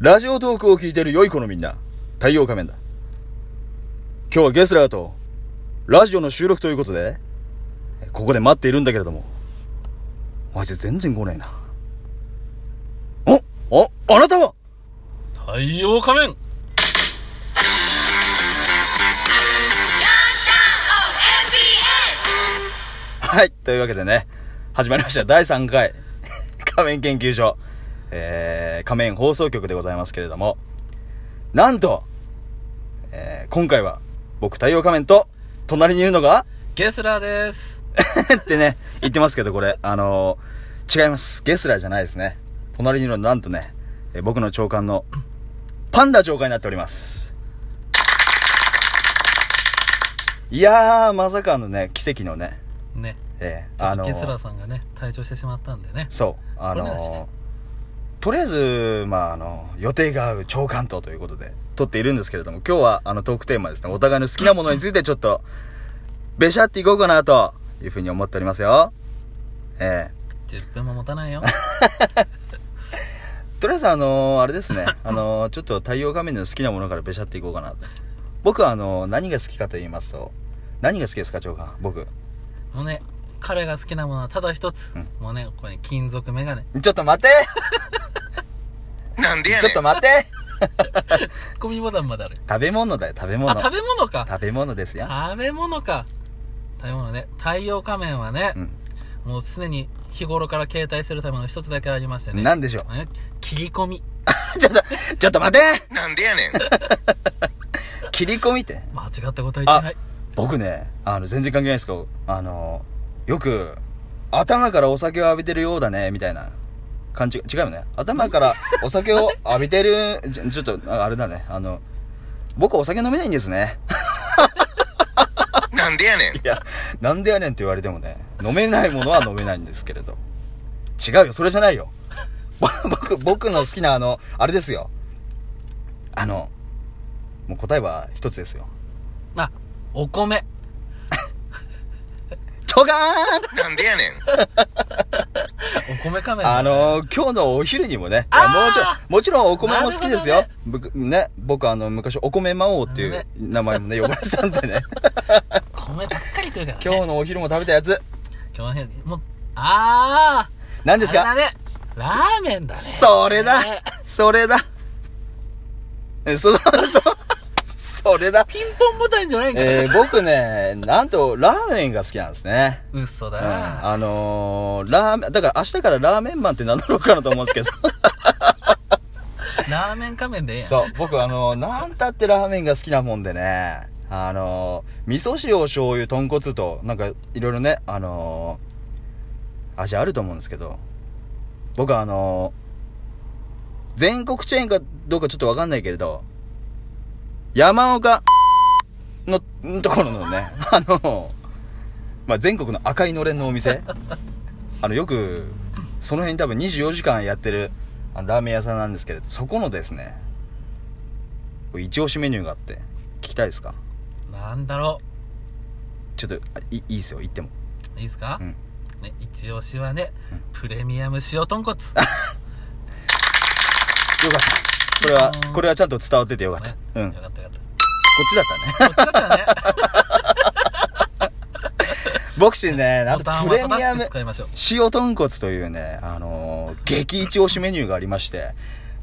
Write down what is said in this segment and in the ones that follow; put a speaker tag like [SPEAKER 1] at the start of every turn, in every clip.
[SPEAKER 1] ラジオトークを聞いている良い子のみんな、太陽仮面だ。今日はゲスラーと、ラジオの収録ということで、ここで待っているんだけれども、あいつ全然来ないな。おおあなたは
[SPEAKER 2] 太陽仮面
[SPEAKER 1] はい、というわけでね、始まりました。第3回、仮面研究所、えー、仮面放送局でございますけれども、なんと、えー、今回は、僕太陽仮面と、隣にいるのが、
[SPEAKER 2] ゲスラーです。
[SPEAKER 1] ってね、言ってますけど、これ、あのー違います。ゲスラーじゃないですね。隣にいるのは、なんとね、えー僕の長官の、パンダ長官になっております。いやー、まさかのね、奇跡のね、
[SPEAKER 2] ね。
[SPEAKER 1] え
[SPEAKER 2] ち
[SPEAKER 1] ー
[SPEAKER 2] ょ
[SPEAKER 1] あ
[SPEAKER 2] っ
[SPEAKER 1] の
[SPEAKER 2] と
[SPEAKER 1] ー
[SPEAKER 2] ゲスラーさんがね、退場してしまったんでね。
[SPEAKER 1] そう、あの
[SPEAKER 2] お願いして
[SPEAKER 1] ーとりあえず、まあ、あの、予定が合う長官とということで、撮っているんですけれども、今日は、あの、トークテーマですね、お互いの好きなものについてちょっと、べしゃっていこうかな、というふうに思っておりますよ。ええ
[SPEAKER 2] 10分も持たな いよ。
[SPEAKER 1] とりあえずあのーあれです ねあのーちょっと太陽画面の好きなものからべしゃっていこうかなと僕はあのー何が好きかと言いますと何が好きですか長官僕
[SPEAKER 2] もうね、彼が好きなものはただ一つ
[SPEAKER 1] うん。
[SPEAKER 2] もうね、これ、金属メガネ。
[SPEAKER 1] ちょっと待て
[SPEAKER 3] なんでや
[SPEAKER 1] ちょ
[SPEAKER 3] ね
[SPEAKER 1] っ
[SPEAKER 3] ん
[SPEAKER 1] と。待って
[SPEAKER 2] ツッコミボタンまである。
[SPEAKER 1] 食べ物だよ食べ
[SPEAKER 2] あ
[SPEAKER 1] 物、
[SPEAKER 2] 食べ物か。
[SPEAKER 1] 食べ物ですよ、
[SPEAKER 2] 食べ物か。食べ物ね。太陽仮面はね
[SPEAKER 1] う、ん、
[SPEAKER 2] もう常に日頃から携帯するための一つだけありましてね。
[SPEAKER 1] 何でしょ
[SPEAKER 2] あの切り込み。
[SPEAKER 1] う ちょっとちょっと待て
[SPEAKER 3] なんでやねん。
[SPEAKER 1] 切り込みって
[SPEAKER 2] 間違ったことは言ってない。
[SPEAKER 1] 僕ねあの全然関係ないですけどあのーよく頭からお酒を浴びてるようだねみたいな感じ違うよね頭からお酒を浴びてるちょちょっとああれだねあの僕お酒飲めないんですね
[SPEAKER 3] なんでやねん。
[SPEAKER 1] いやなんでやねんって言われてもね飲めないものは飲めないんですけれど違うよそれじゃないよ ぼ僕僕の好きなあのあれですよあのもう答えは一つですよ
[SPEAKER 2] あ、お米。
[SPEAKER 1] とがーん
[SPEAKER 3] なんでやねん。
[SPEAKER 2] お米仮面だね。
[SPEAKER 1] あのー今日のお昼にもね、いやもうちょ
[SPEAKER 2] あ
[SPEAKER 1] もちろんお米も好きですよ
[SPEAKER 2] なる。
[SPEAKER 1] 僕ね、僕あの、昔お米魔王ってい
[SPEAKER 2] な
[SPEAKER 1] う
[SPEAKER 2] る
[SPEAKER 1] 名前も ね、呼ばれてたんでね、
[SPEAKER 2] 米ばっかり食うからね。
[SPEAKER 1] 今日のお昼も食べたやつ、
[SPEAKER 2] 今日の日、もう、あー
[SPEAKER 1] 何です
[SPEAKER 2] あ
[SPEAKER 1] か
[SPEAKER 2] れだね。ラーメンだね。
[SPEAKER 1] それだ
[SPEAKER 2] ね
[SPEAKER 1] それだえそ、そ、そ、それだ
[SPEAKER 2] ピンポンボタンじゃないんか。
[SPEAKER 1] えー僕ね、なんとラーメンが好きなんですね。
[SPEAKER 2] 嘘
[SPEAKER 1] う
[SPEAKER 2] だ
[SPEAKER 1] ん、
[SPEAKER 2] な。
[SPEAKER 1] あのー、ラーメン、だから明日からラーメンマンって名乗ろうかなと思うんですけど。
[SPEAKER 2] ラーメン仮面でええやん。
[SPEAKER 1] そう、僕あの、なんたってラーメンが好きなもんでね、あの、味噌塩、醤油、豚骨と、なんか、いろいろね、あの、味あると思うんですけど、僕あの、全国チェーンかどうかちょっとわかんないけれど、山岡の、んところのね、 あの、まあ、全国の赤いのれんのお店、あの、よく、その辺多分24時間やってる、あのラーメン屋さんなんですけれど、そこのですね、一押しメニューがあって聞きたいですか
[SPEAKER 2] なんだろ
[SPEAKER 1] ちょっとあいいいですよ言っても
[SPEAKER 2] う。いいですか、
[SPEAKER 1] うん
[SPEAKER 2] ね、一押しはね
[SPEAKER 1] うん、
[SPEAKER 2] プレミアム塩豚骨。
[SPEAKER 1] よかったこれはこれはちゃんと伝わっててよかっ
[SPEAKER 2] ね
[SPEAKER 1] たうんこっ
[SPEAKER 2] よかったよかっ
[SPEAKER 1] ちだったね
[SPEAKER 2] た。こっちだったらね、
[SPEAKER 1] ボクシンねあ
[SPEAKER 2] ボ
[SPEAKER 1] と
[SPEAKER 2] タン
[SPEAKER 1] プ
[SPEAKER 2] は
[SPEAKER 1] レミア
[SPEAKER 2] 正し
[SPEAKER 1] ム
[SPEAKER 2] く使いましょう。
[SPEAKER 1] 塩豚骨というねあのー激一押しメニューがありまして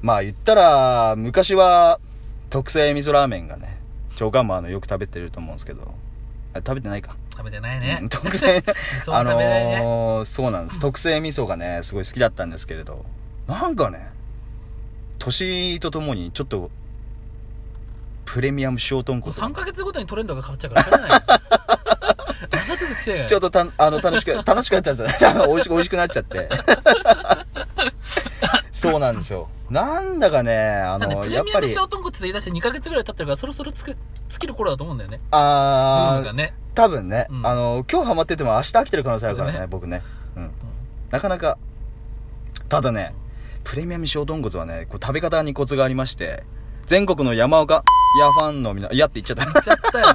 [SPEAKER 1] まあ言ったら昔は特製味噌ラーメンがね長官もあのよく食べてると思うんですけどあ食べてないか
[SPEAKER 2] 食べてないね
[SPEAKER 1] うん。特 製
[SPEAKER 2] 噌は
[SPEAKER 1] あ
[SPEAKER 2] 食べ
[SPEAKER 1] の
[SPEAKER 2] ないね
[SPEAKER 1] ーそうなんです特製味噌がねすごい好きだったんですけれどなんかね年とともにちょっとプレミアム塩豚
[SPEAKER 2] こ
[SPEAKER 1] 骨
[SPEAKER 2] う3ヶ月ごとにトレンドが変わっちゃうから、しょうがない。長続きしてるからね
[SPEAKER 1] ちょっとたあの 楽しく楽しくなっちゃったあの美味しく美味しくなっちゃってそうなんですよなんだかねあ
[SPEAKER 2] なんで
[SPEAKER 1] の
[SPEAKER 2] プ
[SPEAKER 1] や
[SPEAKER 2] レ
[SPEAKER 1] っ
[SPEAKER 2] ミア
[SPEAKER 1] ぱ
[SPEAKER 2] ム
[SPEAKER 1] り
[SPEAKER 2] 塩豚骨って言い出して2ヶ月ぐらい経ってるから、そろそろつく、尽きる頃だと思うんだよね。
[SPEAKER 1] あ
[SPEAKER 2] ブームが
[SPEAKER 1] ー
[SPEAKER 2] ね。
[SPEAKER 1] 多分ね、
[SPEAKER 2] うん
[SPEAKER 1] あの今日ハマってても明日飽きてる可能性あるからね
[SPEAKER 2] ね
[SPEAKER 1] 僕ね、うん、
[SPEAKER 2] う
[SPEAKER 1] なかなかただねプレミアム小豚骨はねこう食べ方にコツがありまして全国の山岡屋ファンの皆いやって言っちゃった
[SPEAKER 2] ん。ちゃったよ。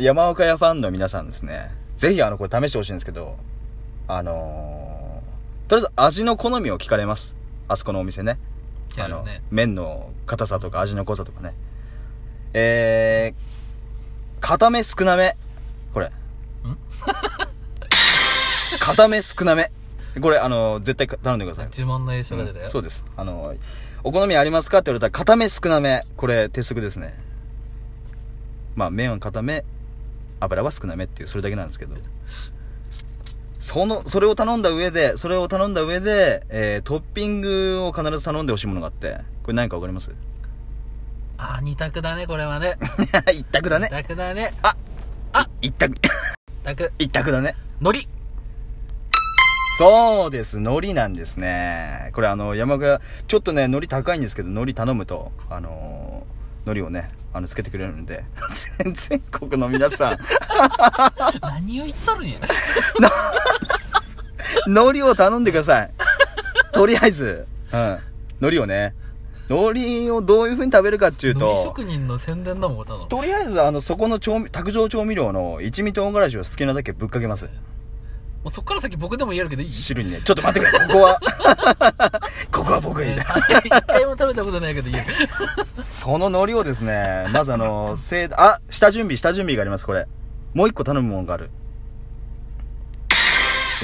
[SPEAKER 1] 山岡屋ファンの皆さんですね、ぜひあの、これ試してほしいんですけど、あのー、とりあえず味の好みを聞かれます。あそこのお店ね
[SPEAKER 2] や
[SPEAKER 1] あ
[SPEAKER 2] る
[SPEAKER 1] の
[SPEAKER 2] ね
[SPEAKER 1] 麺の硬さとか味の濃さとかねえー、固め少なめこれ
[SPEAKER 2] ん
[SPEAKER 1] 固め少なめこれあの絶対頼んでください
[SPEAKER 2] 自慢の栄翔が出たよ、
[SPEAKER 1] そうですあのお好みありますかって言われたら固め少なめこれ鉄則ですねまあ麺は固め油は少なめっていうそれだけなんですけどそのそれを頼んだ上でそれを頼んだ上で、えートッピングを必ず頼んでほしいものがあってこれ何か分かります
[SPEAKER 2] ああ二択だねこれはね
[SPEAKER 1] 一択だね
[SPEAKER 2] 二択だね
[SPEAKER 1] 一択
[SPEAKER 2] 二択
[SPEAKER 1] 一択だね
[SPEAKER 2] 海 苔
[SPEAKER 1] そうです、海苔なんですね。これあの、山小屋、ちょっとね、海苔高いんですけど、海苔頼むと、あのー海苔をね、あの、つけてくれるんで、 全全国の皆さん、
[SPEAKER 2] 何を言っとるんや
[SPEAKER 1] 海苔を頼んでください。とりあえず、うん。海苔をね、海苔をどういう風に食べるかっていう
[SPEAKER 2] 海苔
[SPEAKER 1] と、
[SPEAKER 2] 職人の宣伝だもんただの
[SPEAKER 1] とりあえず、あの、そこの調味、卓上調味料の一味唐辛子を好きなだけぶっかけます。
[SPEAKER 2] もうそっから先僕でも言えるけどいい
[SPEAKER 1] 汁にね、ちょっと待ってくれ、ここは、 ここは僕に。
[SPEAKER 2] 一回も食べたことないけど言える
[SPEAKER 1] その海苔をです ね、まずあの、せい、あ、下準備、下準備があります、これ。もう一個頼むものがある。こ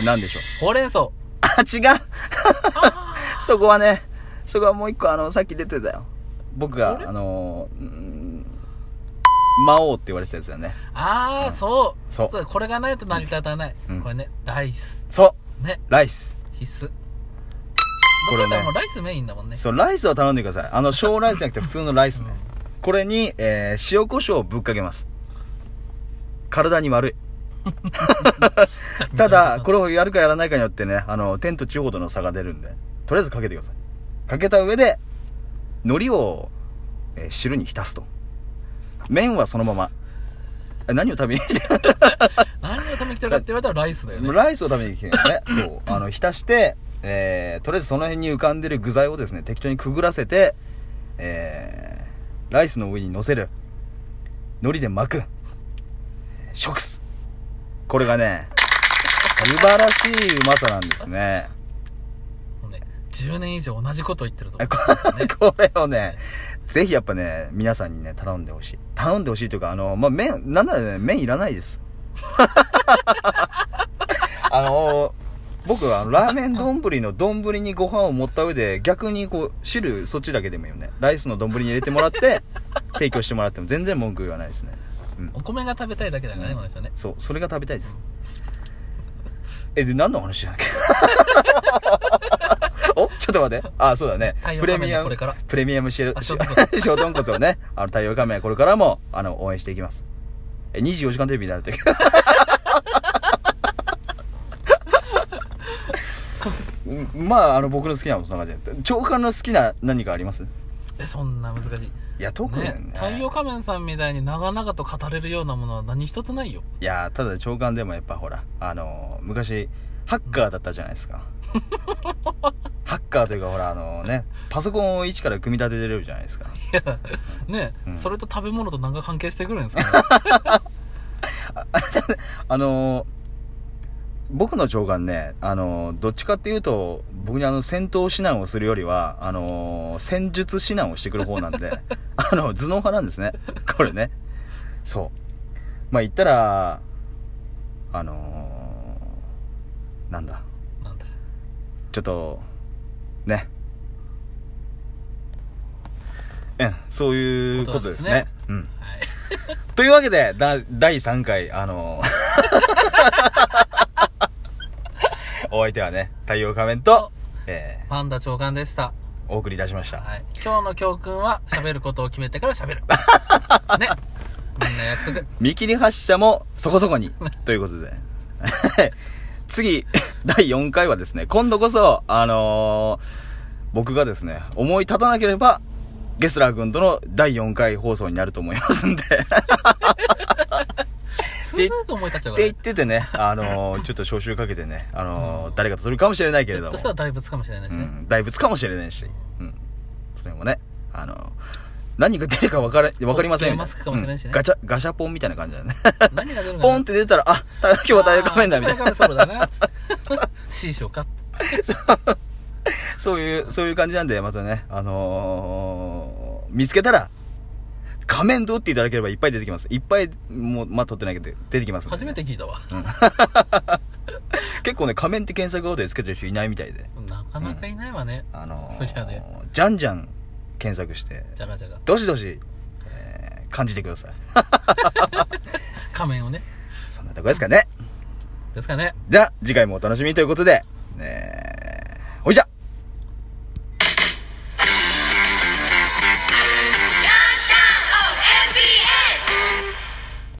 [SPEAKER 1] れ何でしょう
[SPEAKER 2] ほうれん草
[SPEAKER 1] あ、違うそこはね、そこはもう一個あの、さっき出てたよ。僕
[SPEAKER 2] あれ
[SPEAKER 1] が、あの、うーん魔王って言われてたやつだよね。
[SPEAKER 2] ああ、そう
[SPEAKER 1] そう
[SPEAKER 2] これがないと成り立たない、
[SPEAKER 1] うん
[SPEAKER 2] これねライス
[SPEAKER 1] そ
[SPEAKER 2] ね
[SPEAKER 1] うライス
[SPEAKER 2] 必須
[SPEAKER 1] こ
[SPEAKER 2] どっ
[SPEAKER 1] れ
[SPEAKER 2] ち
[SPEAKER 1] ね
[SPEAKER 2] かっていうともうライスメインだもんね
[SPEAKER 1] そう、ライスを頼んでください。あの、小ライスじゃなくて普通のライスね。これに、えー塩コショウをぶっかけます。体に悪い。 た だ、これをやるかやらないかによってね、あの、天と地ほどの差が出るんで、とりあえずかけてください。かけた上で、海苔を、えー汁に浸すと。麺はそのまま。え何を食べに来てる
[SPEAKER 2] 何のために来てるかって言われたらライスだよね
[SPEAKER 1] ライスを食べに来てるね。そう。あの、浸して、えー、とりあえずその辺に浮かんでる具材をですね、適当にくぐらせて、えー、ライスの上に乗せる。海苔で巻く。食す。これがね、素晴らしいうまさなんですね。
[SPEAKER 2] もうね10年以上同じこと言ってると
[SPEAKER 1] え
[SPEAKER 2] 思
[SPEAKER 1] こ、
[SPEAKER 2] う、ね
[SPEAKER 1] これをね、ぜひやっぱね、皆さんにね、頼んでほしい。頼んでほしいというか、あの、まあ、麺、なんならね、麺いらないです。 あの、僕はあのラーメン丼の丼にご飯を盛った上で、逆にこう、汁そっちだけでもいいよね。ライスの丼に入れてもらって、提供してもらっても全然文句言わないですね。うん。
[SPEAKER 2] お米が食べたいだけだからねこの人ね
[SPEAKER 1] そう、それが食べたいです。え、で、何の話だっけ おちょっと待って。あ、そうだね
[SPEAKER 2] 太。陽
[SPEAKER 1] プレミ
[SPEAKER 2] 仮
[SPEAKER 1] ア
[SPEAKER 2] 面
[SPEAKER 1] ム
[SPEAKER 2] のこれから、
[SPEAKER 1] プレミアムシェル
[SPEAKER 2] あ、
[SPEAKER 1] シェ
[SPEAKER 2] 小豚 骨
[SPEAKER 1] 小豚骨をね、あの、太陽仮面、これからも、あの、応援していきます。え、24時間テレビになると き。うんまあ、あの、僕の好きなもの、そんな感じで。長官の好きな何かあります
[SPEAKER 2] えそんな難しい
[SPEAKER 1] いや、特にね。
[SPEAKER 2] ね太陽仮面さんみたいに長々と語れるようなものは何一つないよ
[SPEAKER 1] いやーただ長官でもやっぱほらあのー昔ハッカーだったじゃないですかハッカーというかほらあのねパソコンを一から組み立ててるじゃないですか
[SPEAKER 2] いやね、
[SPEAKER 1] うん
[SPEAKER 2] それと食べ物と何か関係してくるんですか、 ね、
[SPEAKER 1] あのー僕の長官ね、あのーどっちかっていうと僕にあの戦闘指南をするよりはあのー戦術指南をしてくる方なんであの頭脳派なんですねこれねそうまあ言ったらあのーなんだ
[SPEAKER 2] なんだ
[SPEAKER 1] ちょっと、ね。うん、そういうことですね。うん。
[SPEAKER 2] はい
[SPEAKER 1] というわけで、だ第3回、あ のお相手はね、太陽仮面と、え
[SPEAKER 2] パンダ長官でした、
[SPEAKER 1] ーお送りいたしました。
[SPEAKER 2] はい、今日の教訓は喋ることを決めてか ら喋るねみんな約束
[SPEAKER 1] 見切り発車もそこそ こに、ということで。 次、 第4回はですね、今度こそ、あのー僕がですね、思い立たなければ、ゲスラー君との第4回放送になると思いますんで、
[SPEAKER 2] すぐと思い立っちゃう
[SPEAKER 1] っ
[SPEAKER 2] か
[SPEAKER 1] て言
[SPEAKER 2] ら、
[SPEAKER 1] っ
[SPEAKER 2] ね、
[SPEAKER 1] ててね、あ のーちょっと招集かけてね、あのー誰かとするかもしれないけ
[SPEAKER 2] ひ
[SPEAKER 1] れど
[SPEAKER 2] ょ
[SPEAKER 1] も
[SPEAKER 2] っとし、たら大仏かもしれないし
[SPEAKER 1] う
[SPEAKER 2] ね、
[SPEAKER 1] ん、大仏かもしれないし、うん、それもね、あのー何が出るか分から分かりませんよ、
[SPEAKER 2] ポッケマスクかもしれないしね
[SPEAKER 1] ガチャ、ガシャポンみたいな感じだよね。
[SPEAKER 2] 何が出るのか な
[SPEAKER 1] ポンって出たら、あ、た今日は大仮面だみたいな。
[SPEAKER 2] あー太陽仮面そうだな C 賞か
[SPEAKER 1] そういう、そういう感じなんで、またね、あのー見つけたら、仮面と打っていただければいっぱい出てきます。いっぱい、もう、まあ、撮ってないけど、出てきますんで。
[SPEAKER 2] 初めて聞いたわ。
[SPEAKER 1] 結構ね、仮面って検索ワードでつけてる人いないみたいで。
[SPEAKER 2] なかなかいないわね。
[SPEAKER 1] あのー
[SPEAKER 2] そりゃね
[SPEAKER 1] じゃんじゃん検索して、
[SPEAKER 2] じゃがじゃが。
[SPEAKER 1] どしどし、えー感じてください。
[SPEAKER 2] 仮面をね。
[SPEAKER 1] そんなとこですかね。
[SPEAKER 2] ですかね。
[SPEAKER 1] じゃあ、次回もお楽しみということで、え